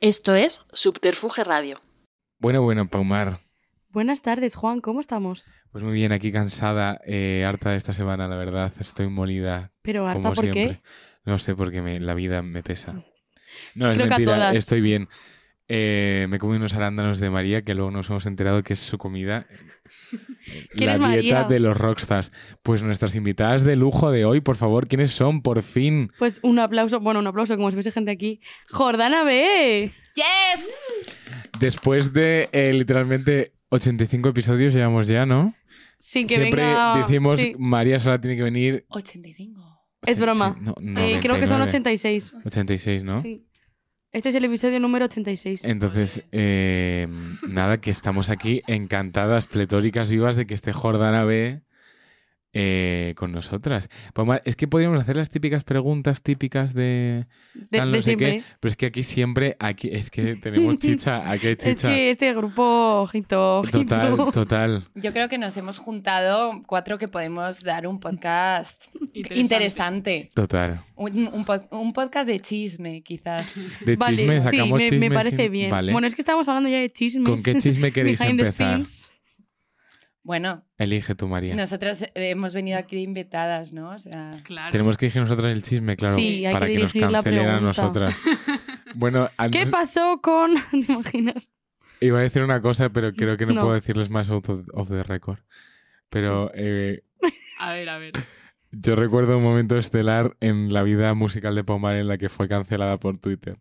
Esto es Subterfuge Radio. Bueno, bueno, Paumar. Buenas tardes, Juan, ¿cómo estamos? Pues muy bien, aquí cansada, eh, harta de esta semana, la verdad. Estoy molida, Pero harta, como ¿por siempre. qué? No sé, porque me- la vida me pesa. No, es Creo que a mentira, todas. estoy bien. Eh, me comí unos arándanos de María, que luego nos hemos enterado que es su comida. ¿Quién la es María? dieta de los rockstars. Pues nuestras invitadas de lujo de hoy, por favor, ¿quiénes son? Por fin. Pues un aplauso, bueno, un aplauso, como si hubiese gente aquí. ¡Jordana B! Yes. Después de eh, literalmente 85 episodios llevamos ya, ¿no? Sin que Siempre venga... decimos sí. María sola tiene que venir. 85. Es broma. No, Eh, creo que son 89. 86. 86, ¿no? Sí. Este es el episodio número 86. Entonces, eh, nada, que estamos aquí encantadas, pletóricas, vivas de que esté Jordana B eh, con nosotras. Paloma, es que podríamos hacer las típicas preguntas típicas de De, tal no de sé siempre. ¿eh? qué, pero es que aquí siempre, aquí es que tenemos chicha, aquí hay Es chicha. que este grupo, ojito, ojito. Total, total. Yo creo que nos hemos juntado cuatro que podemos dar un podcast interesante. Total. Un, un pod- un podcast de chisme, quizás. De Vale, chisme sacamos sí, me- me, chisme parece sin- bien. Vale. Bueno, es que estamos hablando ya de chismes. ¿Con qué chisme queréis Behind the empezar? scenes. Bueno, Elige tú, María. nosotras eh, hemos venido aquí de invitadas, ¿no? O sea, Claro. Tenemos que dirigir nosotras el chisme, claro, Sí, hay para que que, nos dirigir la cancelen a pregunta. nosotras. Bueno, a ¿Qué nos- pasó con...? ¿Te imaginas? Iba a decir una cosa, pero creo que no, No. puedo decirles más out of, of the record. Pero eh, A ver, a ver. yo recuerdo un momento estelar en la vida musical de Pomar en la que fue cancelada por Twitter.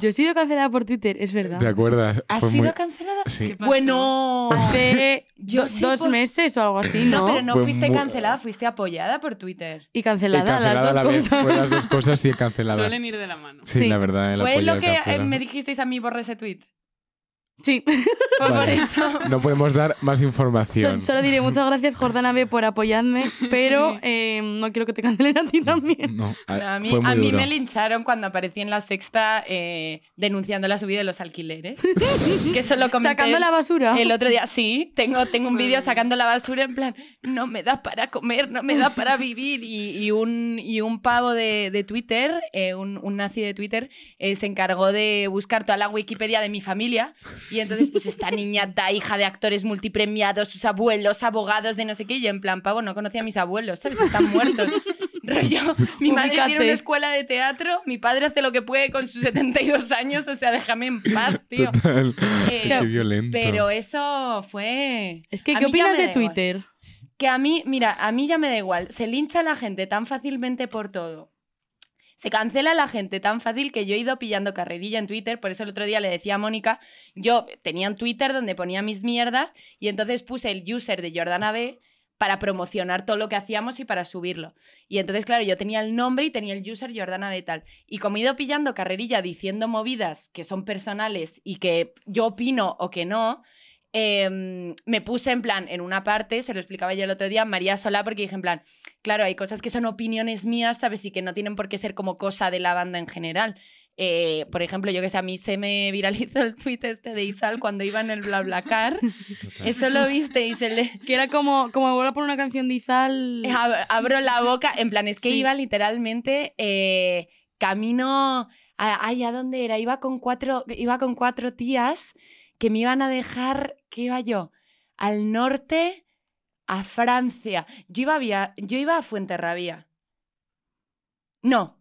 Yo he sido cancelada por Twitter, es verdad. ¿Te acuerdas? ¿has fue sido muy- cancelada? Sí. ¿Qué pasó? Bueno, Hace Yo do- sí, dos por- meses o algo así, ¿no? no, pero no Fue fuiste muy- cancelada, fuiste apoyada por Twitter. Y Y cancelada, cancelada las a la dos vez. cosas. Fue las dos cosas y cancelada. Suelen ir de la mano. Sí, Sí. la verdad. el Fue apoyo lo de que eh, Cancela. me dijisteis a mí, borra ese tweet. Sí. Fue por Vale. eso. No podemos dar más So- información. solo diré muchas gracias, Jordana B, por apoyarme, pero eh, no quiero que te cancelen a ti Mm. también. No, a, No, a mí, Ah, fue muy a mí duro. me lincharon cuando aparecí en la sexta eh, denunciando la subida de los alquileres. que eso lo comenté Sacando la basura. el otro día. Sí, tengo, tengo un Madre vídeo mía. sacando la basura en plan, no me da para comer, no me da para vivir. Y, y un, y un pavo de, de Twitter, eh, un, un nazi de Twitter, eh, se encargó de buscar toda la Wikipedia de mi familia. Y entonces, pues esta niña da hija de actores multipremiados, sus abuelos, abogados de no sé qué. Y yo en plan, pavo, no conocía a mis abuelos, ¿sabes? Están muertos. Rollo, mi madre tiene Ubícate. una escuela de teatro, mi padre hace lo que puede con sus 72 años, o sea, déjame en paz, tío. Total. Eh, Qué violento. Pero eso fue. Es que, A ¿qué mí ya opinas me de da igual. Twitter? Que a mí, mira, a mí ya me da igual. Se lincha la gente tan fácilmente por todo. Se cancela la gente tan fácil que yo he ido pillando carrerilla en Twitter. Por eso el otro día le decía a Mónica, yo tenía un Twitter donde ponía mis mierdas y entonces puse el user de Jordana B para promocionar todo lo que hacíamos y para subirlo. Y entonces, claro, yo tenía el nombre y tenía el user Jordana B tal. Y como he ido pillando carrerilla diciendo movidas que son personales y que yo opino o que no, em, me puse en plan, en una parte, se lo explicaba yo el otro día, a María Solá, porque dije en plan, claro, hay cosas que son opiniones mías, ¿sabes? Y que no tienen por qué ser como cosa de la banda en general. Eh, por ejemplo, yo que sé, a mí se me viralizó el tweet este de Izal cuando iba en el BlaBlaCar. Total. Eso lo viste y se le... Que era como, como vuelvo a poner una canción de Izal. Ab- abro la boca, en plan, es que Sí. iba literalmente eh, camino, a, ay, ¿a dónde era? Iba con, cuatro, iba con cuatro tías que me iban a dejar, ¿qué iba yo? Al norte, a Francia. Yo iba a, via- yo iba a Fuenterrabía. No.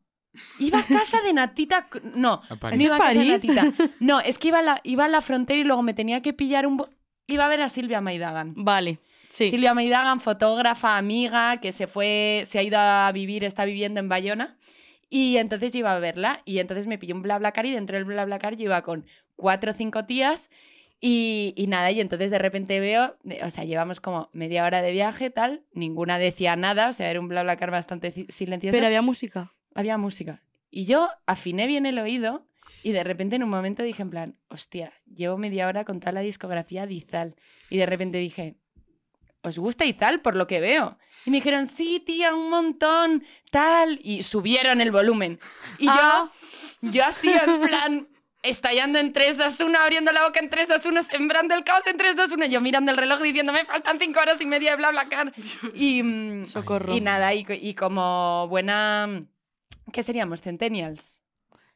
Iba a casa de Natita, Cru- no, A no París. Ni- iba a casa de París? Natita. No, es que iba a la, iba a la frontera y luego me tenía que pillar un... bo- Iba a ver a Silvia Maidagan. Vale, sí. Silvia Maidagan, fotógrafa, amiga, que se fue, se ha ido a vivir, está viviendo en Bayona. Y entonces yo iba a verla y entonces me pilló un BlaBlaCar y dentro del BlaBlaCar yo iba con cuatro o cinco tías y, y nada, y entonces de repente veo, o sea, llevamos como media hora de viaje, tal, ninguna decía nada, o sea, era un BlaBlaCar bastante si- silencioso Pero había música. había música. Y yo afiné bien el oído y de repente en un momento dije en plan, hostia, llevo media hora con toda la discografía de Izal. Y de repente dije, ¿os gusta Izal por lo que veo? Y me dijeron, sí, tía, un montón, tal. Y subieron el volumen. Y Ah. yo, yo así en plan... Estallando en 3, 2, 1, abriendo la boca en 3, 2, 1, sembrando el caos en 3, 2, 1. Yo mirando el reloj diciendo, me faltan 5 horas y media, bla, bla, bla. Y, mm, Socorro. y nada, y, co- y como buena... ¿Qué seríamos? mm, Centennials.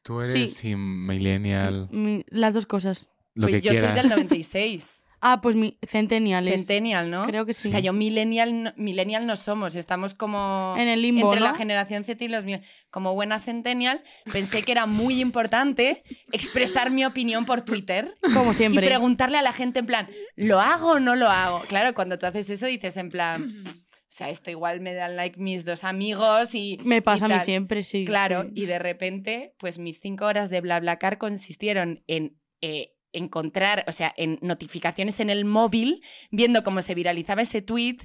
Tú eres sí, millennial, Mi- las dos cosas. lo Mm, Pues que yo quieras. soy del 96. Ah, pues mi centennial es. Centennial, ¿no? Creo que sí. O sea, yo millennial no, millennial no somos, estamos como en el limbo, entre la ¿no? generación Z y los mil. Como buena centennial, pensé que era muy importante expresar mi opinión por Twitter Como y siempre. preguntarle a la gente en plan, ¿lo hago o no lo hago? Claro, cuando tú haces eso dices en plan, o sea, esto igual me dan like mis dos amigos y Me pasa a mí tal. siempre, sí. Claro, sí. y de repente, pues mis cinco horas de BlaBlaCar consistieron en eh, encontrar, o sea, en notificaciones en el móvil, viendo cómo se viralizaba ese tweet.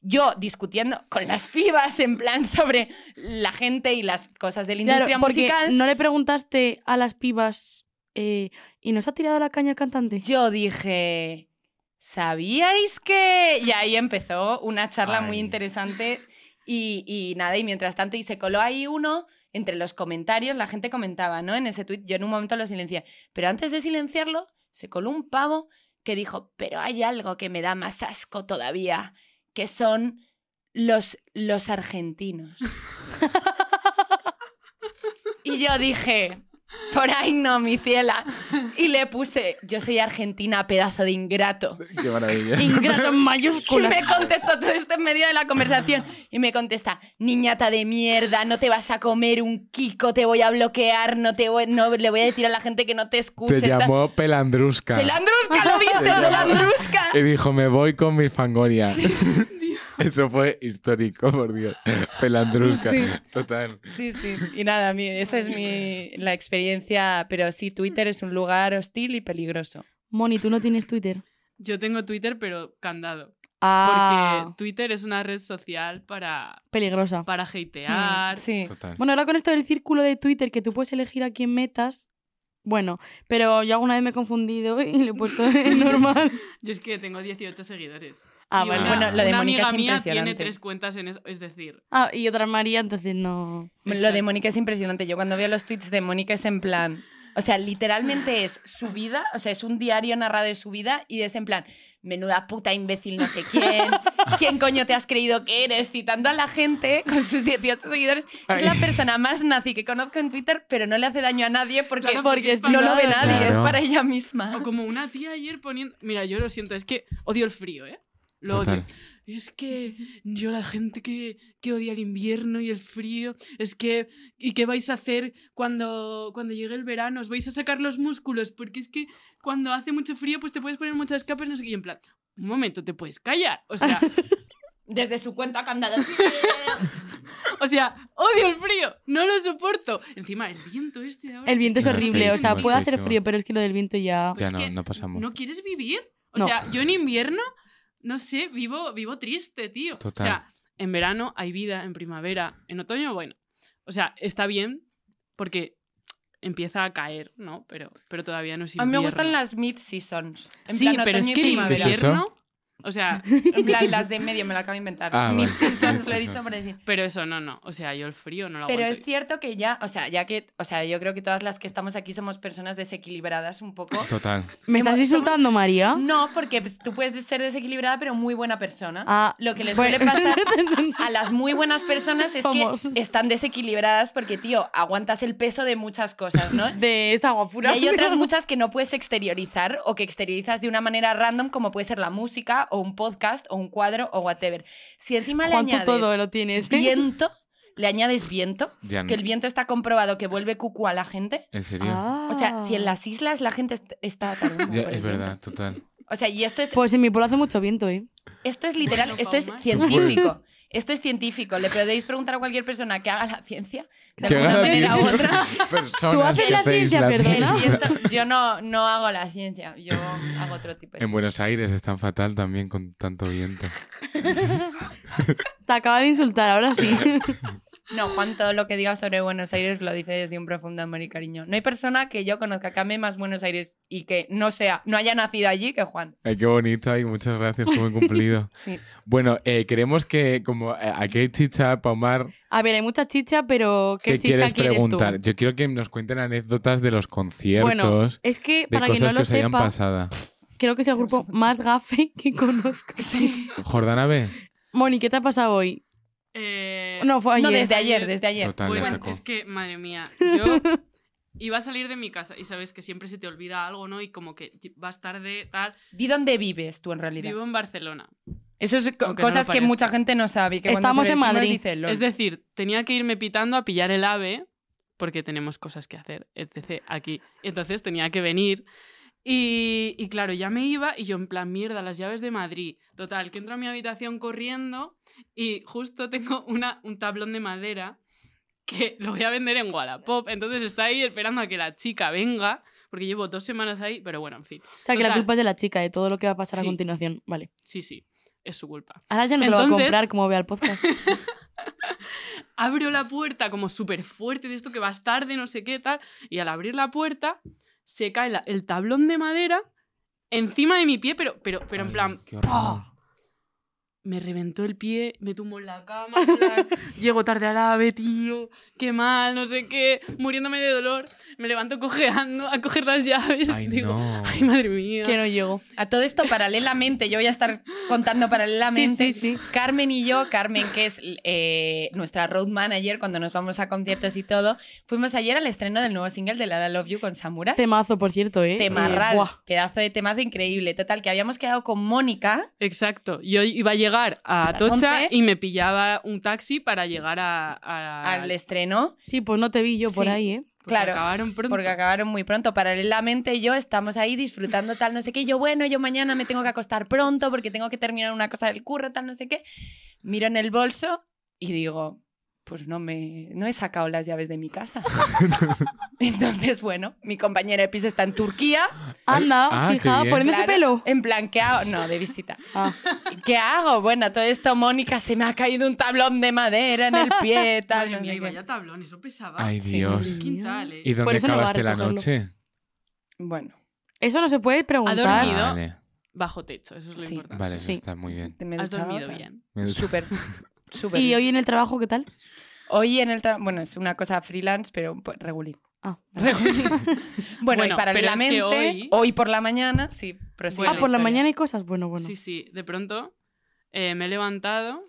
Yo discutiendo con las pibas en plan sobre la gente y las cosas de la Claro, industria porque musical. No le preguntaste a las pibas eh, y nos ha tirado la caña el cantante. Yo dije, ¿sabíais que...? Y ahí empezó una charla muy Ay. interesante y, y nada, y mientras tanto, y se coló ahí uno entre los comentarios, la gente comentaba, ¿no? En ese tuit, yo en un momento lo silencié, pero antes de silenciarlo, se coló un pavo que dijo, pero hay algo que me da más asco todavía, que son los, los argentinos. y yo dije, por ahí no, mi ciela. Y le puse, yo soy argentina, pedazo de ingrato. Qué maravilla. Ingrato en Y mayúsculas. me contestó todo esto en medio de la conversación. Y me contesta, niñata de mierda, no te vas a comer un kiko, te voy a bloquear, no, te voy, no le voy a decir a la gente que no te escuche. Te tal". llamó Pelandrusca. Pelandrusca, ¿lo viste? llamó- Pelandrusca. Y dijo, me voy con mi fangoria. Eso fue histórico, por Dios. Pelandrusca. Sí. Total. Sí, sí. Y nada, mi- esa es mi, la experiencia. Pero sí, Twitter es un lugar hostil y peligroso. Moni, tú no tienes Twitter. Yo tengo Twitter, pero candado. Ah, Porque Twitter es una red social para, peligrosa. para hatear. Sí. Total. Bueno, ahora con esto del círculo de Twitter, que tú puedes elegir a quién metas. Bueno, pero yo alguna vez me he confundido y le he puesto en normal. Yo es que tengo 18 seguidores. Ah, Y bueno. una- Bueno, lo de una Mónica amiga es mía tiene impresionante. tres cuentas en eso. Es decir, Ah, y otra María, entonces no. Lo de Exacto. Mónica es impresionante. Yo cuando veo los tweets de Mónica es en plan. O sea, literalmente es su vida, o sea, es un diario narrado de su vida y es en plan, menuda puta imbécil no sé quién, quién coño te has creído que eres, citando a la gente con sus 18 seguidores. Es la Ay. persona más nazi que conozco en Twitter, pero no le hace daño a nadie porque Claro, porque Porque es es no lo ve nadie, es Claro. para ella misma. o como una tía ayer poniendo. Mira, yo lo siento, es que odio el frío, ¿eh? Lo Total. odio. Es que yo la gente que, que odia el invierno y el frío, es que... ¿Y qué vais a hacer cuando, cuando llegue el verano? ¿Os vais a sacar los músculos? Porque es que cuando hace mucho frío, pues te puedes poner muchas capas, no sé qué. Y en plan, un momento, te puedes callar. O sea, Desde su cuenta candado. o sea odio el frío, no lo soporto. Encima, el viento este de ahora... El viento es No, es horrible, o sea, feísimo, es puede hacer feísimo. frío, pero es que lo del viento ya. Pero Ya es no, que no pasamos. ¿No quieres vivir? O No. sea, yo en invierno, no sé, vivo, vivo triste, tío. Total. O sea, en verano hay vida, en primavera, en otoño, bueno. O sea, está bien porque empieza a caer, ¿no? Pero, pero todavía no es A mí invierno. me gustan las mid-seasons. En Sí, plan pero es otoño y que el primavera. ¿Qué es eso? invierno... O sea, En plan, las de medio, me lo acabo de inventar. Ah, vale. Mid-seasons, lo he Sí, sí, dicho sí. por decir. pero eso no, no. O sea, yo el frío no lo Pero es aguanto. cierto que ya, o sea, ya que, o sea, yo creo que todas las que estamos aquí somos personas desequilibradas un poco. Total. ¿Me estás Hemos- insultando, María? No, porque pues, tú puedes ser desequilibrada, pero muy buena persona. Ah, Lo que les bueno. suele pasar a las muy buenas personas es Somos. que están desequilibradas porque, tío, aguantas el peso de muchas cosas, ¿no? de esa agua Y pura. hay otras muchas que no puedes exteriorizar o que exteriorizas de una manera random, como puede ser la música, o un podcast, o un cuadro, o whatever. Si encima le Juan, tú añades todo lo tienes. ¿eh? viento, le añades viento, Ya no. que el viento está comprobado que vuelve cucu a la gente, ¿En serio? Ah. O sea, si en las islas la gente est- está atardando Ya, por el es verdad, viento. total. O sea, y esto es, Pues en mi pueblo hace mucho viento, ¿eh? esto es literal, No esto es faunas. científico. Esto es científico. Le podéis preguntar a cualquier persona que haga la ciencia de Que alguna haga manera u diez otra. personas Tú haces que la hacéis ciencia, la perdona. El ciencia. viento- yo no, no hago la ciencia, yo hago otro tipo de En Buenos Aires es tan fatal también con tanto viento. Te acaba de insultar, ahora sí. No, Juan, todo lo que diga sobre Buenos Aires lo dice desde un profundo amor y cariño. No hay persona que yo conozca que ame más Buenos Aires y que no sea, no haya nacido allí que Juan. Ay, qué bonito, ay, muchas gracias, qué buen cumplido. Sí. Bueno, eh, queremos que, como eh, aquí hay chicha, Paumar, A ver, hay mucha chicha, pero ¿qué, ¿qué chicha quieres quieres preguntar? tú? Yo quiero que nos cuenten anécdotas de los Bueno, conciertos, es que de para quien cosas no que lo os hayan sepa, pasado. creo que es el grupo más gafe que conozco. Jordana B. Moni, ¿qué te ha pasado hoy? Eh, No, fue ayer. No, desde ayer, desde ayer. Total, le bueno, atacó. es que, madre mía, yo iba a salir de mi casa y sabes que siempre se te olvida algo, ¿no? Y como que ti- vas tarde, tal. Di dónde vives tú en realidad. Vivo en Barcelona. Eso es co- Aunque no cosas lo que parezca. mucha gente no sabe. Que cuando Estamos se lo en decimos Madrid. dice, "Lol". Es decir, tenía que irme pitando a pillar el ave porque tenemos cosas que hacer, etc. aquí. Y Entonces tenía que venir. Y, y claro, ya me iba y yo en plan, mierda, las llaves de Madrid. Total, que entro a mi habitación corriendo y justo tengo una, un tablón de madera que lo voy a vender en Wallapop. Entonces está ahí esperando a que la chica venga, porque llevo dos semanas ahí, pero bueno, en fin. O sea, que la Total. culpa es de la chica, de todo lo que va a pasar Sí. a continuación. Vale. Sí, sí, es su culpa. Ahora ya no te lo va a Entonces- comprar como vea el podcast. abro la puerta como súper fuerte de esto que vas tarde, no sé qué, tal. Y al abrir la puerta, se cae la- el tablón de madera encima de mi pie, pero, pero, pero en Ay, plan, qué horror. ¡ah! me reventó el pie, me tumbó en la cama, en plan, llego tarde al ave, tío, qué mal, no sé qué, muriéndome de dolor, me levanto cojeando a coger las llaves. Ay, digo, no. ay, madre mía. que no llego. A todo esto paralelamente, yo voy a estar contando Sí, paralelamente. sí, sí. Carmen y yo, Carmen, que es eh, nuestra road manager cuando nos vamos a conciertos y todo, fuimos ayer al estreno del nuevo single de La La Love You con Samurai. Temazo, por cierto, ¿eh? Temarral, Eh, buah. pedazo de temazo increíble. Total, que habíamos quedado con Mónica. Exacto. Yo iba a llegar a, A las Tocha 11. y me pillaba un taxi para llegar a, a- Al estreno, Sí, pues no te vi yo por Sí. ahí, ¿eh? porque claro. Acabaron pronto. porque acabaron muy pronto. Paralelamente, yo estamos ahí disfrutando tal, no sé qué. Yo, bueno, yo mañana me tengo que acostar pronto porque tengo que terminar una cosa del curro, tal, no sé qué. Miro en el bolso y digo, pues no me no he sacado las llaves de mi casa. Entonces, bueno, mi compañera de piso está en Turquía, Anda, ah, qué fija, bien. poneme ese Claro, pelo. en plan, ¿qué hago? No, de visita. Ah, ¿Qué hago? Bueno, a todo esto, Mónica, se me ha caído un tablón de madera en el pie, tal, Madre no mía, sé y qué. vaya tablón, eso pesaba. Ay, Sí. Dios. Un quintal, eh. ¿Y Por dónde eso no va a acabaste la recogerlo. noche? Bueno, eso no se puede Ha preguntar. dormido. Ah, Vale, Bajo techo, eso es lo Sí. importante. vale, eso Sí. está muy bien. me he Has duchado, dormido tal. bien. Súper, súper. ¿Y bien. hoy en el trabajo qué tal? Hoy en el trabajo, bueno, es una cosa freelance, pero pues, regulín. Ah, Bueno, y Bueno, pero es que paralelamente, hoy... hoy- por la mañana, sí, prosigue Bueno, ah por la historia. mañana hay cosas. Bueno, bueno. Sí, sí, de pronto eh, me he levantado,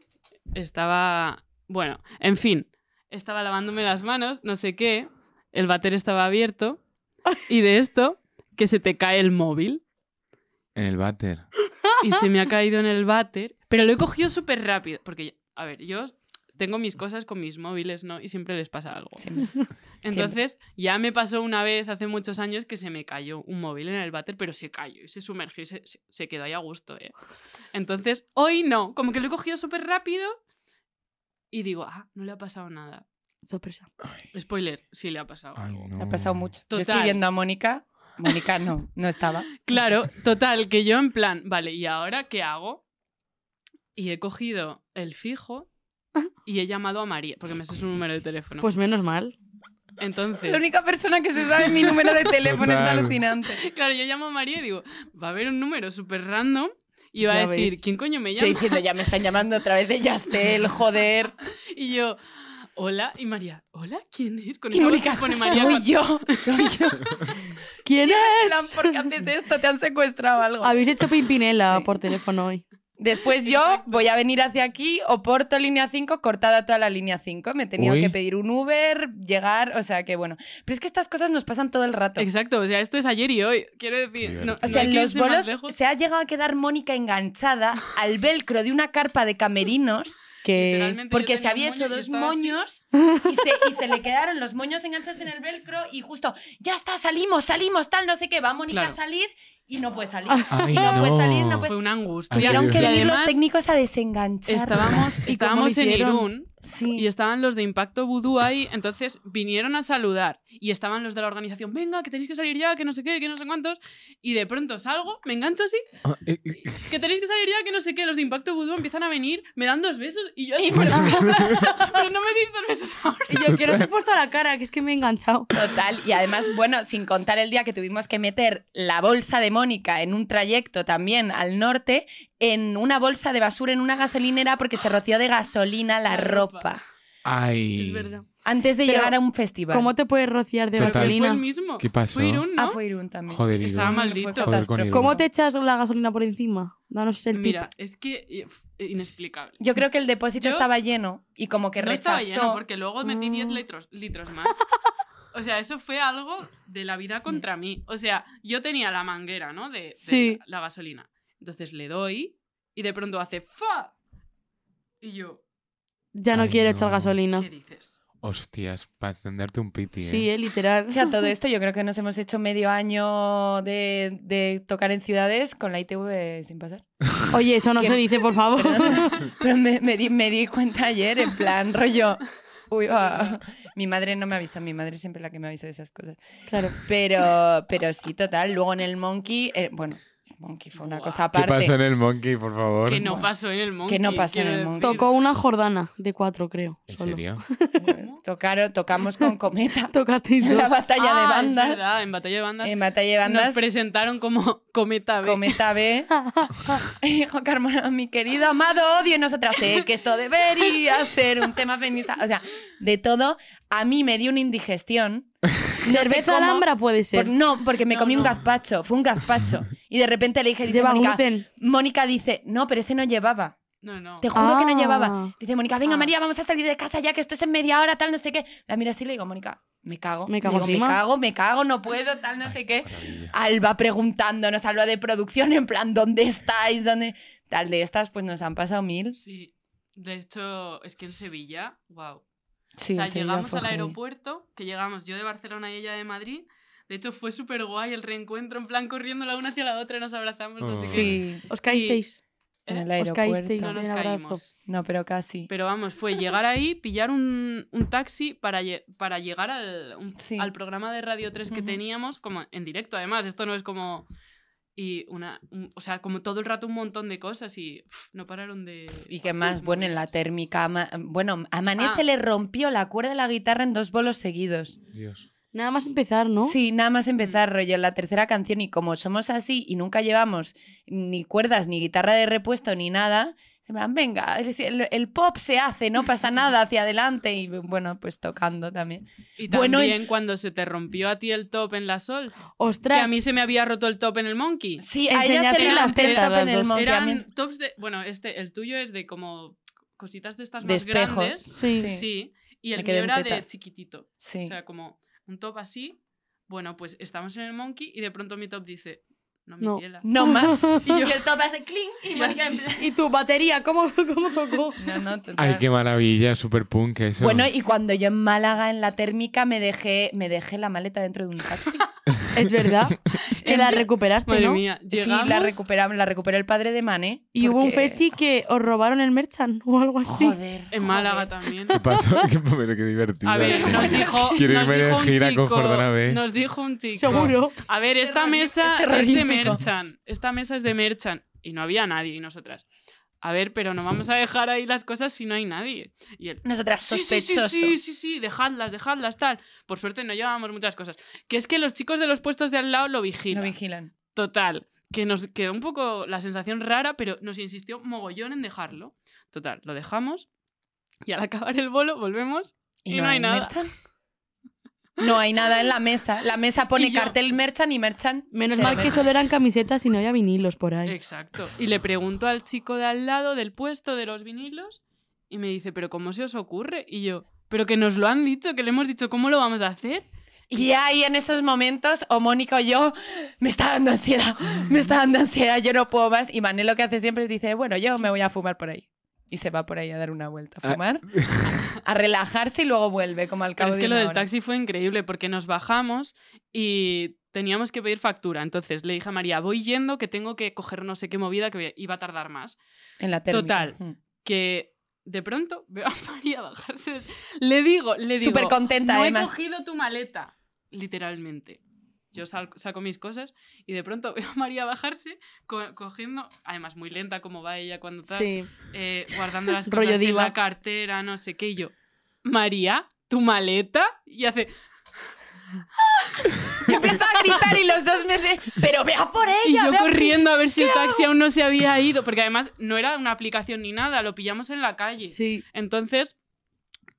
estaba. Bueno, en fin, estaba lavándome las manos, no sé qué, el váter estaba abierto, y de esto, que se te cae el móvil, En el váter. y se me ha caído en el váter, pero lo he cogido súper rápido, porque, a ver, yo tengo mis cosas con mis móviles, ¿no? Y siempre les pasa algo. Sí. Entonces, ya me pasó una vez hace muchos años que se me cayó un móvil en el váter, pero se cayó y se sumergió y se, se- se quedó ahí a gusto, ¿eh? Entonces, hoy no, como que lo he cogido súper rápido y digo, ah, no le ha pasado nada. Sorpresa. Spoiler, sí le ha pasado. Ah. Ay, algo. no. Mm. Ha pasado mucho. Yo estoy Total. viendo a Mónica. Mónica no, no estaba. Claro, total, que yo en plan, vale, ¿y ahora qué hago? Y he cogido el fijo y he llamado a María, porque me sé su número de teléfono. Pues menos mal. Entonces... La única persona que se sabe mi número de teléfono es Total. alucinante. Claro, yo llamo a María y digo, va a haber un número súper random y va Ya a decir, ves. ¿quién coño me Yo llama? diciendo, ya me están llamando otra vez de Yastel, joder. Y yo, hola, y María, hola, ¿quién es? Con Y esa voz Mónica, que pone María. soy cuando- yo, soy yo. ¿Quién En plan, es? ¿por qué haces esto? ¿Te han secuestrado algo? Habéis hecho pimpinela Sí. por teléfono hoy. Después yo voy a venir hacia aquí, Oporto, línea 5, cortada toda la línea 5. Me he tenido Uy. que pedir un Uber, llegar, o sea que bueno. Pero es que estas cosas nos pasan todo el rato. Exacto, o sea, esto es ayer y hoy. Quiero Qué decir, divertido. O no, no sea, hay en que los irse más bolos lejos. se ha llegado a quedar Mónica enganchada al velcro de una carpa de camerinos Que Literalmente yo porque se tenía había un moño hecho y dos estaba así. moños y se, y se le quedaron los moños enganchados en el velcro y justo, ya está, salimos, salimos, tal, no sé qué, va Mónica Claro. a salir y no puede salir. Ay, No no. puede salir, no puede- Fue una angustia. Ay, Tuvieron que Y venir los además, técnicos a desenganchar. Estábamos, lo estábamos en hicieron? Irún Sí. y estaban los de Impacto Vudú ahí, entonces vinieron a saludar y estaban los de la organización, venga, que tenéis que salir ya, que no sé qué, que no sé cuántos, y de pronto salgo, me engancho así Ah, eh, eh, que tenéis que salir ya, que no sé qué, los de Impacto Vudú empiezan a venir, me dan dos besos y yo así, Y pero, no. pero no me dis dos besos ahora. Y yo que no te he puesto la cara, que es que me he enganchado. Total, y además, bueno, sin contar el día que tuvimos que meter la bolsa de Mónica en un trayecto también al norte, en una bolsa de basura en una gasolinera porque se roció de gasolina la La ropa. ropa. Ay. Es verdad. Antes de Pero, llegar a un festival. ¿Cómo te puedes rociar de Total. Fue el gasolina? mismo. ¿Qué pasó? Fue Irún, ¿no? Ah, fue Irún también. Joder, Irún. Estaba maldito. Fue Joder, con catástrofe. Irún. ¿Cómo te echas la gasolina por encima? Danos el tip. Mira, es que eh, f- inexplicable. Yo creo que el depósito Yo- estaba lleno y como que no rechazó. estaba lleno porque luego metí Mm. 10 litros, litros más. O sea, eso fue algo de la vida contra mí. O sea, yo tenía la manguera, ¿no? De, de Sí. la, la gasolina. Entonces le doy y de pronto hace ¡fa! Y yo, Ya no Ay, quiero no. echar gasolina. ¿qué dices? Hostias, para encenderte un piti, ¿eh? Sí, eh, literal. O sea, todo esto yo creo que nos hemos hecho medio año de, de tocar en ciudades con la ITV sin pasar. Oye, eso no que- se dice, por favor. Perdón, pero me, me di, me di cuenta ayer, en plan, rollo. Uy, ah, mi madre no me avisa, mi madre es siempre la que me avisa de esas cosas. Claro. Pero, pero sí, total. Luego en el Monkey, eh, bueno, el Monkey fue una Buah. cosa ¿Qué aparte. pasó en el Monkey, por favor? Que no Buah. pasó en el monkey. no pasó en quiero el monkey. decir. Tocó una Jordana de cuatro, creo. ¿En solo. serio? Tocaron, tocamos con Cometa Tocasteis en la dos. batalla Ah, de es bandas. verdad, en batalla de bandas. En batalla de Nos bandas, presentaron como Cometa B. Cometa B. Y dijo Carmona, mi querido amado odio, y nosotras sé que esto debería ser un tema feminista. O sea, de todo, a mí me dio una indigestión. No sé Cerveza cómo, alhambra puede por- ser. no, porque me No, comí un no. gazpacho, fue un gazpacho. Y de repente le dije, dice Lleva Mónica, gluten. Mónica dice, no, pero ese no llevaba. No, no. Te juro que no llevaba. Ah. Dice Mónica, venga Ah. María, vamos a salir de casa ya que esto es en media hora, tal, no sé qué. La miro así y le digo, Mónica, me cago. Me cago Digo, encima. me cago, me cago, no puedo, tal, no Ay, sé qué. maravilla. Alba preguntándonos, Alba de producción, en plan, ¿dónde estáis? ¿Dónde? Tal de estas, pues nos han pasado mil. Sí. De hecho, es que en Sevilla, wow. Sí, o sea, llegamos al aeropuerto, que llegamos yo de Barcelona y ella de Madrid. De hecho, fue súper guay el reencuentro, en plan corriendo la una hacia la otra, nos abrazamos. no Oh. sé qué. Sí, Os caísteis. en el ¿Eh? Os aeropuerto. caísteis. No nos Un abrazo. caímos. No, pero casi. Pero vamos, fue llegar ahí, pillar un, un taxi para, lle- para llegar al, un- Sí. al programa de Radio 3 que Ujú. teníamos, como en directo además. Esto no es como. Y una. un- o sea, como todo el rato un montón de cosas y pf, no pararon de. Y qué más, bueno, en la tele térmica. ama- Bueno, a Mané Ah. se le rompió la cuerda de la guitarra en dos bolos seguidos. Dios. Nada más empezar, ¿no? Sí, nada más Mm. empezar, rollo, la tercera canción. Y como somos así y nunca llevamos ni cuerdas, ni guitarra de repuesto, ni nada, en plan, venga, es- el, el pop se hace, no pasa nada, hacia adelante. Y bueno, pues tocando también. Y también Bueno, cuando se te rompió a ti el top en la sol. Ostras. Que a mí se me había roto el top en el monkey. Sí, a ella se Enseñate le las rompió el tetas, top en las el dos. monte. a mí- Eran tops de. Bueno, este, el tuyo es de como cositas de estas De más espejos. grandes. Sí. Sí. Sí. Y Me el mío quedé en era de tetas. chiquitito. Sí. O sea, como un top así. Bueno, pues estamos en el monkey y de pronto mi top dice. No me No. tielas". no más. Y yo, Y el top hace clink y Yo Mónica en sí. plan- ¿Y tu batería? ¿Cómo, cómo tocó? No, no, total. Ay, qué maravilla, super punk eso. Bueno, y cuando yo en Málaga, en la térmica, me dejé, me dejé la maleta dentro de un taxi. Es verdad. Que la recuperaste, madre ¿no? mía, llegamos. Sí, la recuperamos, la recuperó el padre de Mané. Y hubo un porque- festi que os robaron el merchan o algo así. Joder. En joder. Málaga también. ¿Qué pasó? Qué- Pero qué divertido. A ver, nos dijo, Quiero nos irme de dijo un gira con chico, Jordana B. nos dijo un chico, Seguro. A ver, esta terrori- mesa es es de terrorífico. Merchan. Esta mesa es de Merchan. Y no había nadie, y nosotras. A ver, pero no vamos a dejar ahí las cosas si no hay nadie. Y él. Nosotras Sí, sí, sí, sospechoso. sí, sí, sí, dejadlas, dejadlas, tal. Por suerte no llevábamos muchas cosas. Que es que los chicos de los puestos de al lado lo No vigilan. vigilan. Total. Que nos quedó un poco la sensación rara, pero nos insistió mogollón en dejarlo. Total, lo dejamos. Y al acabar el bolo volvemos. Y, no, hay, nada. No hay nada en la mesa. La mesa pone Y yo- cartel merchan y merchan. Menos Pero mal que merchan. solo eran camisetas y no había vinilos por ahí. Exacto. Y le pregunto al chico de al lado del puesto de los vinilos y me dice, ¿pero cómo se os ocurre? Y yo, ¿pero que nos lo han dicho? ¿Que le hemos dicho cómo lo vamos a hacer? Y ahí en esos momentos, o Mónica o yo, me está dando ansiedad, me está dando ansiedad, yo no puedo más. Y Mané lo que hace siempre es dice, bueno, yo me voy a fumar por ahí. Y se va por ahí a dar una vuelta a Ah. fumar, a relajarse y luego vuelve, como al Pero cabo es que de lo una del hora. taxi fue increíble porque nos bajamos y teníamos que pedir factura. Entonces le dije a María, voy yendo que tengo que coger no sé qué movida que voy- iba a tardar más. En la térmica. Total. Mm. Que de pronto veo a María bajarse. Le digo, le digo... Súper contenta, no he además. cogido tu maleta, literalmente. Yo sal- saco mis cosas y de pronto veo a María bajarse co- cogiendo, además muy lenta como va ella cuando tal, Sí. eh, guardando las Rollo cosas en diva. la cartera, no sé qué, y yo, María, ¿tu maleta? Y hace, Yo empiezo a gritar y los dos me dicen, pero vea por ella. y yo vea por- corriendo a ver si el taxi aún no se había ido, porque además no era una aplicación ni nada, lo pillamos en la calle. Sí. Entonces,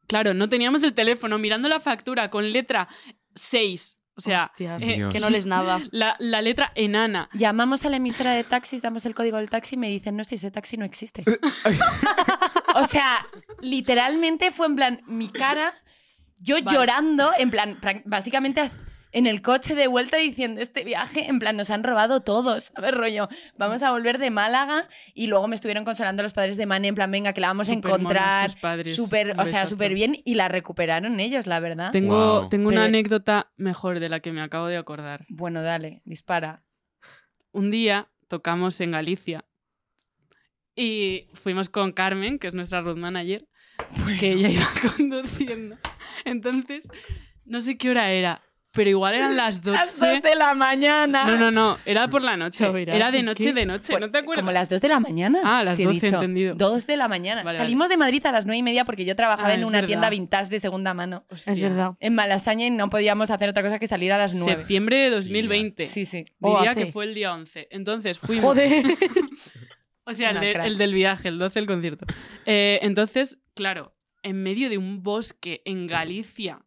claro, no teníamos el teléfono, mirando la factura con letra 6, o sea, Hostias, eh, que no les nada. la, la letra enana. Llamamos a la emisora de taxis, damos el código del taxi y me dicen, no, si ese taxi no existe. Eh, o sea, literalmente fue en plan, mi cara, Yo Vale. llorando, en plan, pra- básicamente as- en el coche de vuelta diciendo este viaje, en plan, nos han robado todos, a ver, rollo, vamos a volver de Málaga y luego me estuvieron consolando los padres de Mane, en plan, venga, que la vamos a Supermonos encontrar, sus padres, súper, un o sea, besazo. súper bien y la recuperaron ellos, la verdad. Tengo, Wow. tengo una Pero- anécdota mejor de la que me acabo de acordar. Bueno, dale, dispara. Un día tocamos en Galicia y fuimos con Carmen, que es nuestra road manager, que ella iba conduciendo. Entonces, no sé qué hora era, pero igual eran las 12. de la mañana. No, no, no, era por la noche. Sobirás, Era de es noche, que- de noche, ¿no te acuerdas? Como las 2 de la mañana. Ah, las sí he 12, dicho. entendido. 2 de la mañana. Vale, Salimos de Madrid a las 9 y media porque yo trabajaba Ah, en es una tienda verdad. vintage de segunda mano. Hostia. Es verdad. En Malasaña y no podíamos hacer otra cosa que salir a las 9. Septiembre de 2020. Sí, Oh, sí. O Diría hace. que fue el día 11. Entonces fuimos. Joder. O Es sea, el, una de- crack. el del viaje, el 12 el concierto. Eh, entonces, claro, en medio de un bosque en Galicia,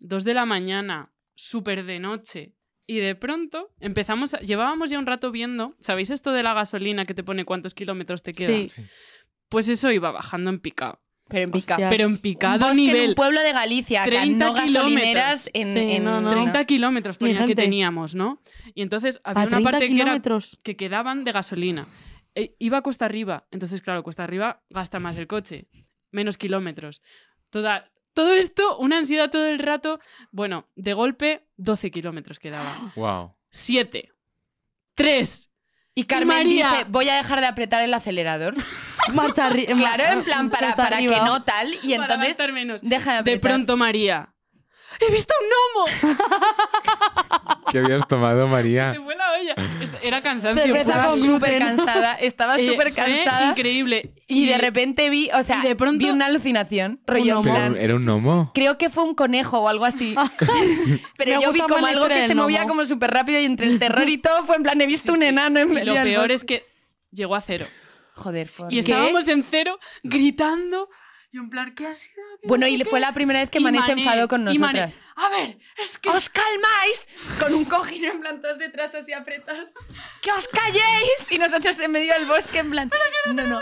2 de la mañana, súper de noche, y de pronto empezamos, a- llevábamos ya un rato viendo, ¿sabéis esto de la gasolina que te pone cuántos kilómetros te quedan? Sí. Pues eso iba bajando en picado. Pero en pica. Hostias. Pero en Un un picado bosque en un nivel pueblo de Galicia, que 30 no gasolineras en, Sí, en- no, no. 30 kilómetros Mi ponía que gente. teníamos, ¿no? Y entonces A había una 30 parte que era kilómetros. que quedaban de gasolina. E- iba a cuesta arriba, entonces claro, cuesta arriba gasta más el coche, menos kilómetros. Toda, todo esto, una ansiedad todo el rato. Bueno, de golpe 12 kilómetros quedaban. Wow. 7. 3. Y Carmen María. dice, voy a dejar de apretar el acelerador. Marcha arriba. Claro, en plan, para, para que no tal. Y entonces, menos. deja de apretar. De pronto María. He visto un gnomo. ¿Qué habías tomado, María? Se fue la olla. Esto- Era cansancio. Cerveza Estaba con súper gluten. cansada, estaba Eh, súper fue cansada. Increíble. Y de repente vi, o sea, y de pronto- vi una alucinación. Rollo, en gnomo. plan, Pero eh, era un gnomo. Creo que fue un conejo o algo así. Pero Me yo vi gusta como más la algo historia que del se movía gnomo. como súper rápido y entre el terror y todo fue en plan, he visto un sí. enano en Y medio lo del peor bosque. es que llegó a cero. Joder, fue Y horrible. estábamos en cero, gritando. Y en plan, ¿qué ha sido? ¿Qué Bueno, no y sé le- qué? fue la primera vez que Y Mané se Mané, enfadó con y Mané, nosotras. Ah, A ver, es que. ¡Os calmáis! Con un cojín en plan todos detrás así apretados. ¡Que os calléis! Y nosotros en medio del bosque en plan... No, no,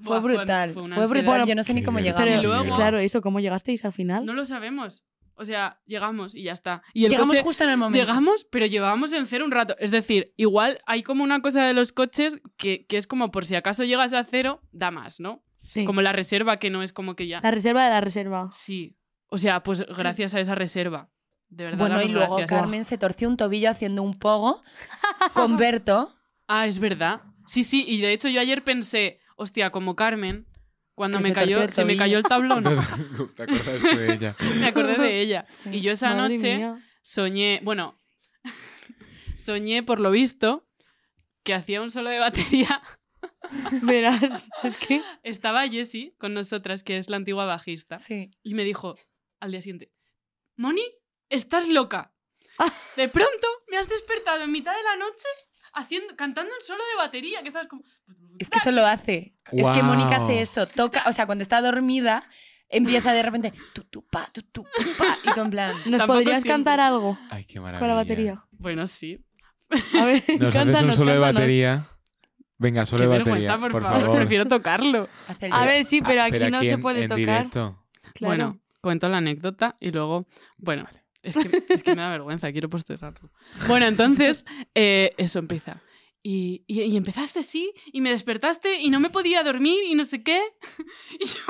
fue Buah, brutal. fue Fue, una brutal, ansiedad. yo no sé ni cómo Qué llegamos. Pero Y luego- claro, eso, ¿cómo llegasteis al final? No lo sabemos. O sea, llegamos y ya está. Y el llegamos coche- justo en el momento. Llegamos, pero llevábamos en cero un rato. Es decir, igual hay como una cosa de los coches que, que es como por si acaso llegas a cero, da más, ¿no? Sí. Como la reserva que no es como que ya. La reserva de la reserva. Sí. O sea, pues gracias a esa reserva. De verdad. Bueno, y damos luego gracias. Carmen se torció un tobillo haciendo un pogo. Converto. Ah, es verdad. Sí, sí, y de hecho yo ayer pensé, hostia, como Carmen, cuando Que me se torció cayó, el se me tobillo. cayó el tablón, ¿Te acordaste de ella? me acordé de ella. Sí. Y yo esa Madre noche mía. soñé, bueno, soñé por lo visto que hacía un solo de batería. Verás, es que. Estaba Jessie con nosotras, que es la antigua bajista, Sí. y me dijo al día siguiente, Moni, estás loca. Ah. De pronto me has despertado en mitad de la noche haciendo, cantando un solo de batería, que estabas como... Es que eso lo hace. Es que Guau. Mónica hace eso. Toca, o sea, cuando está dormida, empieza de repente. Tu, tu, pa, tu, tu, tu, pa, y tú en plan. ¿Nos Tampoco podrías siempre. cantar algo Ay, qué maravilla. con la batería? Bueno, sí, A ver, Nos haces un cántanos, solo de cántanos. batería. Venga, solo Qué de vergüenza, batería, por, por, favor. Prefiero tocarlo. Hace el A rollo. ver, sí, pero Ah, aquí no se en- puede en tocar. directo. Claro. Bueno, cuento la anécdota y luego, bueno, es, que, es que me da vergüenza, quiero postergarlo. Bueno, entonces, eh, eso empieza. Y, y- y empezaste sí, y me despertaste y no me podía dormir y no sé qué. Y yo,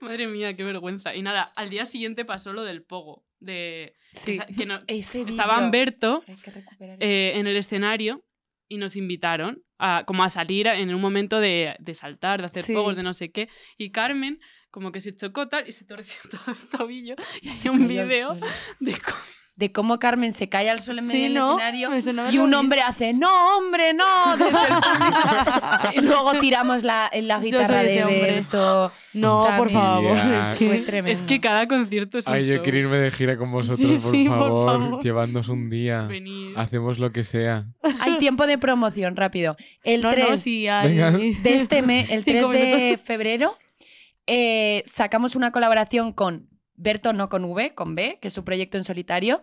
madre mía, qué vergüenza. Y nada, al día siguiente pasó lo del pogo. De, Sí. que no- Ese estaba vídeo. Humberto Hay que recuperar eso. eh, en el escenario y nos invitaron a, como a salir a- en un momento de, de saltar, de hacer Sí. pogos, de no sé qué. Y Carmen como que se chocó tal y se torció todo el tobillo y Se hacía un cayó al video suelo. de cómo... de cómo Carmen se cae al suelo en medio Sí, del ¿no? escenario. Me sonaba Y un lo hombre hace, no, hombre, no. desde el público. y luego tiramos la, la soy guitarra ese de hombre. Berto. No, por También. favor. Ya. es que- Fue tremendo. Es que cada concierto es un Ay, yo show. quiero irme de gira con vosotros, Sí, por, sí, por favor. favor. Llevadnos un día. Venid. Hacemos lo que sea. Hay tiempo de promoción, rápido. El No, 3 no, sí, hay- Venga. de este mes, el 3 Cinco de febrero, eh, sacamos una colaboración con Berto, no con V, con B, que es su proyecto en solitario,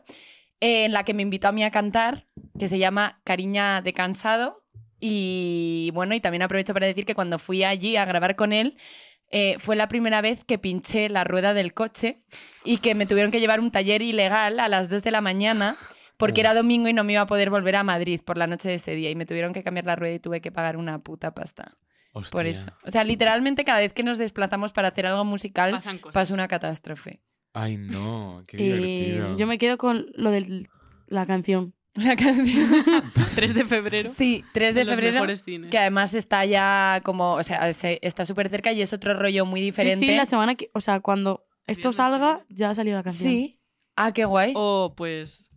eh, en la que me invitó a mí a cantar, que se llama Cariña de Cansado. Y bueno, y también aprovecho para decir que cuando fui allí a grabar con él, eh, fue la primera vez que pinché la rueda del coche y que me tuvieron que llevar un taller ilegal a las 2 de la mañana porque Oh. era domingo y no me iba a poder volver a Madrid por la noche de ese día y me tuvieron que cambiar la rueda y tuve que pagar una puta pasta. Por Hostia. eso. O sea, literalmente cada vez que nos desplazamos para hacer algo musical Pasan cosas. pasa una catástrofe. Ay, no, qué Eh, divertido. yo me quedo con lo de la canción. La canción. 3 de febrero. Sí, 3 de, los febrero. mejores cines. Que además está ya como, o sea, se- está súper cerca y es otro rollo muy diferente. Sí, sí, la semana que. O sea, cuando esto Viernes, salga, viernes. ya salió la canción. Sí. Ah, qué guay. O pues.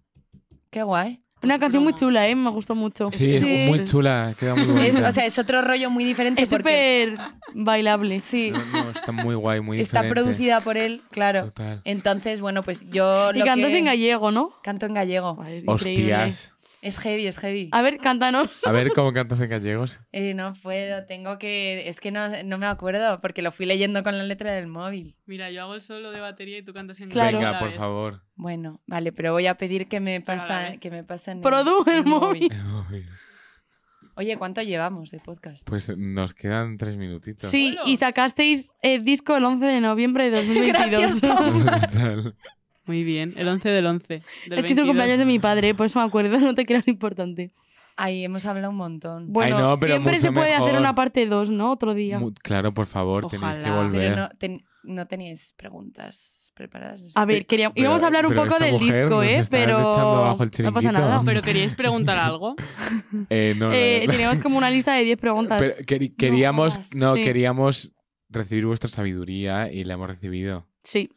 Qué guay. Una canción muy Broma. chula, ¿eh? Me gustó mucho. Sí, es Pues Sí. muy chula, queda muy Es- bonita. o sea, es otro rollo muy diferente Es porque súper bailable. sí, No, no, está muy guay, muy está diferente. producida por él, claro. Total. Entonces, bueno, pues yo Y lo cantas que- en gallego, ¿no? canto en gallego. Joder, increíble. Hostias. Es heavy, es heavy. A ver, cántanos. A ver cómo cantas en gallegos. Eh, no puedo, tengo que... Es que no, no me acuerdo porque lo fui leyendo con la letra del móvil. Mira, yo hago el solo de batería y tú cantas en Claro. inglés a Venga, la por vez. favor. Bueno, vale, pero voy a pedir que me, Pero a la pasa, vez. que me pasen el- Produ, el móvil. Oye, ¿cuánto llevamos de podcast? Pues nos quedan tres minutitos. Sí, Bueno. y sacasteis el disco el 11 de noviembre de 2022. Gracias, Pau. Total. Muy bien, el 11 del 11. Del es que es el 22. cumpleaños de mi padre, por eso me acuerdo, no te creas importante. Ahí hemos hablado un montón. Bueno, no, pero siempre se mucho puede hacer mejor. una parte 2, ¿no? Otro día. Mu- Claro, por favor, tenéis que Ojalá. Pero volver. no, ten- no teníais preguntas preparadas. ¿o sí? A ver, quería... Pero- íbamos a hablar un pero poco esta del mujer disco, nos ¿eh? está Pero echando abajo el no pasa chiringuito. nada. Pero queríais preguntar algo. Eh, no, la Eh, verdad. tenemos como una lista de 10 preguntas. Pero queri- queríamos, jodas. no, Sí. queríamos recibir vuestra sabiduría y la hemos recibido. Sí.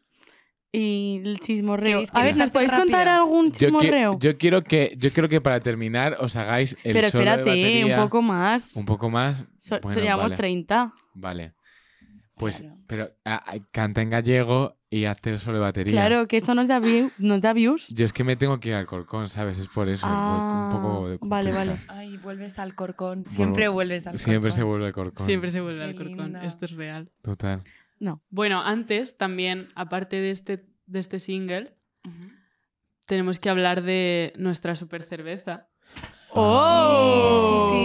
Y el chismorreo. ¿Queréis que A ver, les ¿nos hace podéis contar rápido? algún Yo, qui- chismorreo? yo quiero que, yo quiero que para terminar os hagáis el Pero solo de espérate, ¿eh? un batería. poco más. Un poco más. So- Bueno, teníamos vale. 30. Vale. Pues, Claro. pero a- a- canta en gallego y hazte el solo de batería. Claro, que esto nos da, view- nos da views. Yo es que me tengo que ir al Corcón, ¿sabes? Es por eso. Ah, un poco de vale, compensa. vale. Ay, vuelves al corcón. Siempre vuelves al Siempre se corcón. vuelve al Corcón. Siempre se vuelve Qué al corcón. lindo. Esto es real. Total. Bueno, antes también, aparte de este, de este single, Ujú. tenemos que hablar de nuestra super cerveza. ¡Oh! Sí,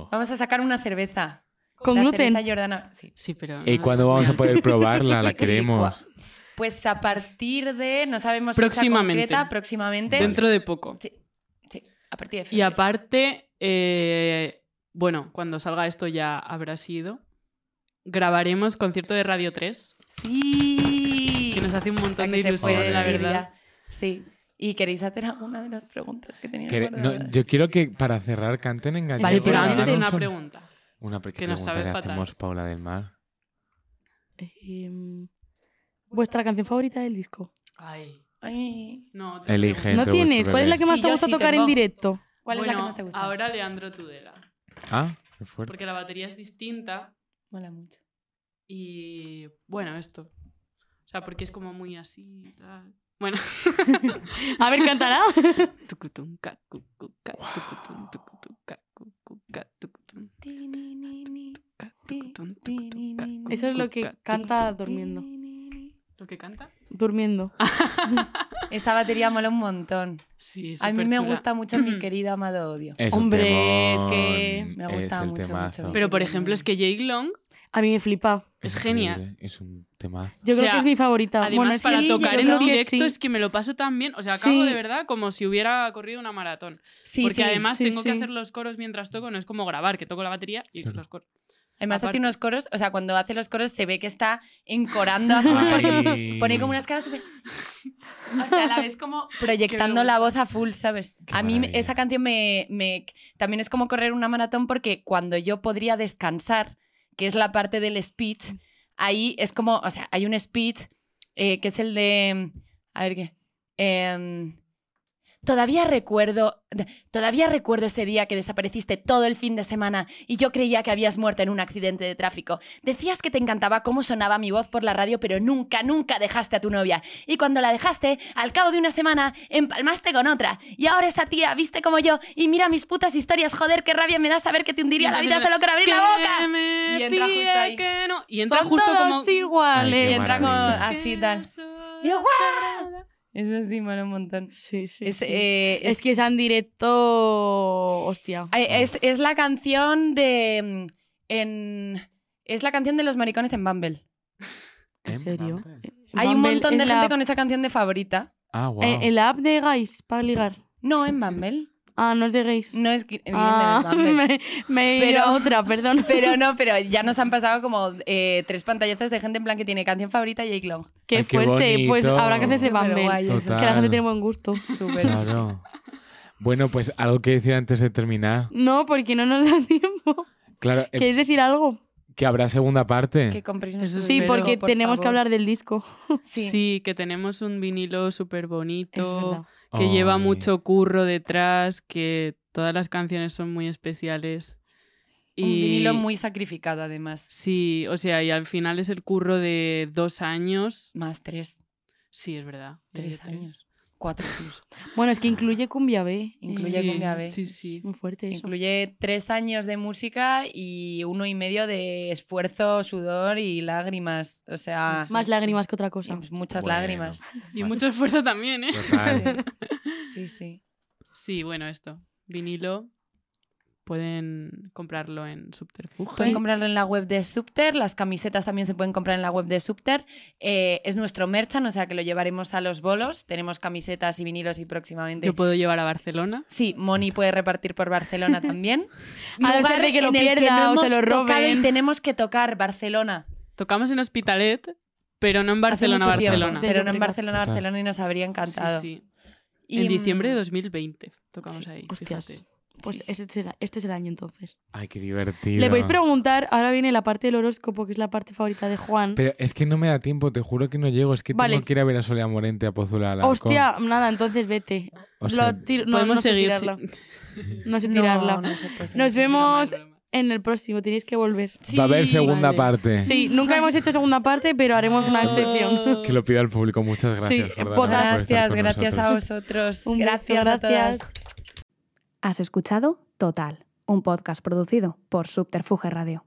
sí, Vamos a sacar una cerveza. Con La gluten. cerveza Jordana. Sí. Sí, pero. ¿Y no- Eh, cuándo no vamos a voy poder probarla? Ah, La Qué queremos. licua. Pues a partir de. No sabemos fecha Próximamente. concreta, próximamente. Vale. Dentro de poco. Sí, sí, a partir de Y febrero. aparte, eh, bueno, cuando salga esto ya habrá sido. Grabaremos concierto de Radio 3, Sí. que nos hace un O sea, montón que de se ilusión, puede la decir verdad. ya. Sí. ¿Y queréis hacer alguna de las preguntas que teníais? Quere- no, guardadas? yo quiero que para cerrar canten en gallego. Vale, Vale, pero bueno, antes hagamos una Son- pregunta. Una pre- ¿qué que nos pregunta sabe le fatal. hacemos Paula del Mar. Em, ¿Vuestra canción favorita del disco? Ay, Ay, no. otra Elige. pregunta. ¿No entre tienes? vuestros ¿Cuál es la que bebés. más Sí, te yo gusta sí tocar tengo. en directo? ¿Cuál es la que Bueno, más te gusta? Ahora Leandro Tudela, Ah, qué fuerte. porque la batería es distinta Mola mucho. y bueno, esto. O sea, porque es como muy así y tal. Bueno. A ver, cantará. Tucutun, ca, cu, cu, ca, tucutun, tucutun, ca, cu, cu, ca, tucutun, ca, tucutun, tucutun, ca, cu, Eso es lo cu, que ca, canta durmiendo. tucutun. ¿Lo que canta? Durmiendo. Ah. Esa batería mola un montón. Sí, es A mí me superchula. gusta mucho mi querido amado odio. Es Hombre, un es que temón, me gusta es el mucho, mucho. temazo. Pero por ejemplo, es que Jake Long, A mí me flipa. es increíble, genial. Es un temazo. Yo O creo sea, que es mi favorita. además Ah, Bueno, para sí, tocar yo en creo que directo, sí. es que me lo paso tan bien. O sea, acabo Sí. de verdad como si hubiera corrido una maratón. Sí, Porque sí. además sí, tengo que sí. hacer los coros mientras toco, no es como grabar, que toco la batería y Claro. los coros. Además hace Aparte- unos coros, o sea, cuando hace los coros se ve que está encorando a full porque Ay. pone como unas caras súper... O sea, la ves como proyectando Qué la voz a full, ¿sabes? Qué A mí me- maravilla. esa canción me, me- También es como correr una maratón porque cuando yo podría descansar, que es la parte del Mm. speech, ahí es como... O sea, hay un speech eh, que es el de... A ver qué... Em, Todavía recuerdo, todavía recuerdo ese día que desapareciste todo el fin de semana y yo creía que habías muerto en un accidente de tráfico. Decías que te encantaba cómo sonaba mi voz por la radio, pero nunca, nunca dejaste a tu novia. Y cuando la dejaste, al cabo de una semana, empalmaste con otra. Y ahora esa tía viste como yo y mira mis putas historias, joder, qué rabia me da saber que te hundiría la vida solo con abrir la Que boca. me Y entra justo decía ahí. que no. Y entra Son justo todos como... Ay, iguales. Y qué entra como maravilla. así tal. Y yo, ¡guau! Eso sí, mola un montón. Sí, sí. Es, sí. eh, Es que esa en directo. Hostia. Ay, Es, es la canción de. mm, En, es la canción de los maricones en Bumble. ¿Eh? ¿En serio? Hay un Bumble montón de es gente la- con esa canción de favorita. Ah, wow. eh, ¿En la app de gays para ligar? No, en Bumble. Ah, no es de gays. No es que- en Ah, Bumble. me, me he ido Pero- a otra, perdón. Pero no, pero ya nos han pasado como eh, tres pantallazos de gente en plan que tiene canción favorita y Jake Long. Qué Ay, qué fuerte. pues bonito. habrá que hacerse Súper Bumble. guay eso. Que la Total. gente tiene buen gusto. Súper. Claro. Bueno, pues algo que decir antes de terminar. No, porque no nos da tiempo. Claro, eh, ¿Queréis decir algo? que habrá segunda parte. Que compréis nuestro Eso Sí, disco, porque por tenemos que favor. hablar del disco. Sí. Sí, que tenemos un vinilo súper Es verdad. bonito, que lleva Ay. mucho curro detrás, que todas las canciones son muy especiales. Un vinilo muy sacrificado, además. Sí, o sea, y al final es el curro de dos años. Más tres. Sí, es verdad. ya Tres hay años. Cuatro incluso. Bueno, es que incluye cumbia B. Incluye Sí, cumbia B. Sí, sí. Muy fuerte eso. Incluye tres años de música y uno y medio de esfuerzo, sudor y lágrimas. O sea, Más lágrimas que otra y cosa. muchas Bueno. lágrimas. Y Más- mucho esfuerzo también, ¿eh? Total. Sí, sí. Sí, bueno, esto. Vinilo. Pueden comprarlo en Subterfuge. Pueden comprarlo en la web de Subter, las camisetas también se pueden comprar en la web de Subter. Eh, es nuestro merchan, o sea que lo llevaremos a los bolos. Tenemos camisetas y vinilos y próximamente. Yo puedo llevar a Barcelona. Sí, Moni puede repartir por Barcelona también. A no ser de que lo en el pierda o se lo tocado roben. Y tenemos que tocar Barcelona. Tocamos en Hospitalet, pero no en Hace Barcelona, mucho tiempo, Barcelona. pero no en Barcelona, Total. Barcelona y nos habría encantado. Sí, sí. Y, en diciembre de mm, 2020 tocamos sí, ahí. Hostias. Fíjate. Pues sí, sí. Este, será, este es el año entonces. Ay, qué divertido. Le podéis preguntar, ahora viene la parte del horóscopo, que es la parte favorita de Juan. Pero es que no me da tiempo, te juro que no llego. Es que Vale. tengo que ir a ver a Soledad Morente a Pozuelo de Alarcón. Hostia, nada, entonces vete. O sea, Lo tiro- no, Podemos no sé seguir. tirarla. sí. No sé no, tirarla. no pues se puede Nos seguir. vemos Broma, broma. en el próximo, tenéis que volver. Va a haber Sí, segunda vale. parte. Sí, nunca hemos hecho segunda parte, pero haremos una excepción. Oh. Que lo pida el público. Muchas gracias. Sí, Jordana, pues por estar Gracias, con gracias nosotros. a vosotros. Un beso, gracias a todas. gracias. Has escuchado Total, un podcast producido por Subterfuge Radio.